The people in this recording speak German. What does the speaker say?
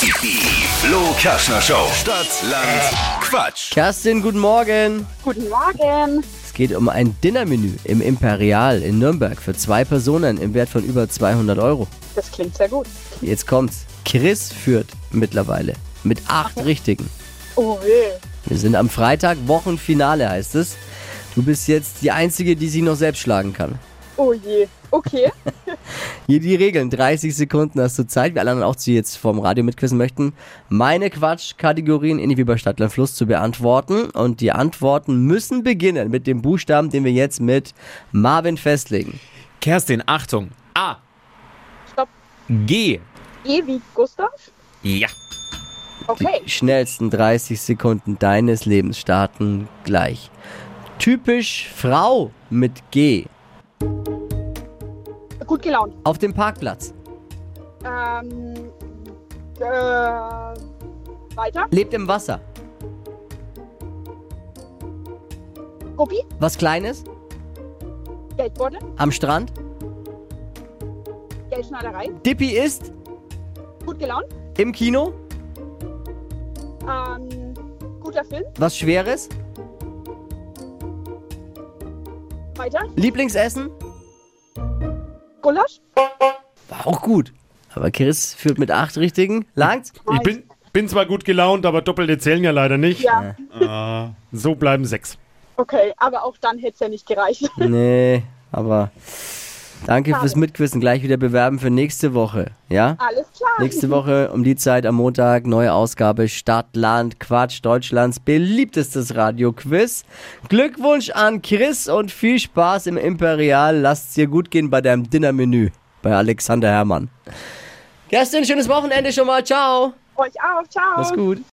Die Flo Kaschner Show. Stadt, Land, Quatsch. Kerstin, guten Morgen. Guten Morgen. Es geht um ein Dinnermenü im Imperial in Nürnberg für zwei Personen im Wert von über 200 Euro. Das klingt sehr gut. Jetzt kommt's. Chris führt mittlerweile mit acht Richtigen. Oh weh. Wir sind am Freitag, Wochenfinale heißt es. Du bist jetzt die Einzige, die sich noch selbst schlagen kann. Oh je. Okay. Hier die Regeln. 30 Sekunden hast du Zeit. Wir alle anderen auch, die jetzt vom Radio mitquissen möchten, meine Quatsch-Kategorien ähnlich wie bei Stadtland Fluss zu beantworten. Und die Antworten müssen beginnen mit dem Buchstaben, den wir jetzt mit Marvin festlegen. Kerstin, Achtung. A. Stopp. G. E wie Gustav? Ja. Okay. Die schnellsten 30 Sekunden deines Lebens starten gleich. Typisch Frau mit G. Gut gelaunt. Auf dem Parkplatz. Ähm. Äh, weiter. Lebt im Wasser. Ruppi. Was Kleines. Geldbeutel. Am Strand. Geldschneiderei. Dippy ist. Gut gelaunt. Im Kino. Ähm. Guter Film. Was Schweres. Weiter. Lieblingsessen. Gulasch. War auch gut. Aber Chris führt mit acht richtigen. Langt's? Ich bin, bin zwar gut gelaunt, aber doppelte zählen ja leider nicht. Ja. So bleiben sechs. Okay, aber auch dann hätte es ja nicht gereicht. Nee, aber danke fürs Mitquissen. Gleich wieder bewerben für nächste Woche. Ja? Alles klar. Nächste Woche um die Zeit am Montag, neue Ausgabe Stadt, Land, Quatsch, Deutschlands beliebtestes Radioquiz. Glückwunsch an Chris und viel Spaß im Imperial. Lasst's dir gut gehen bei deinem Dinnermenü bei Alexander Herrmann. Kerstin, schönes Wochenende schon mal. Ciao. Euch auch. Ciao. Mach's gut.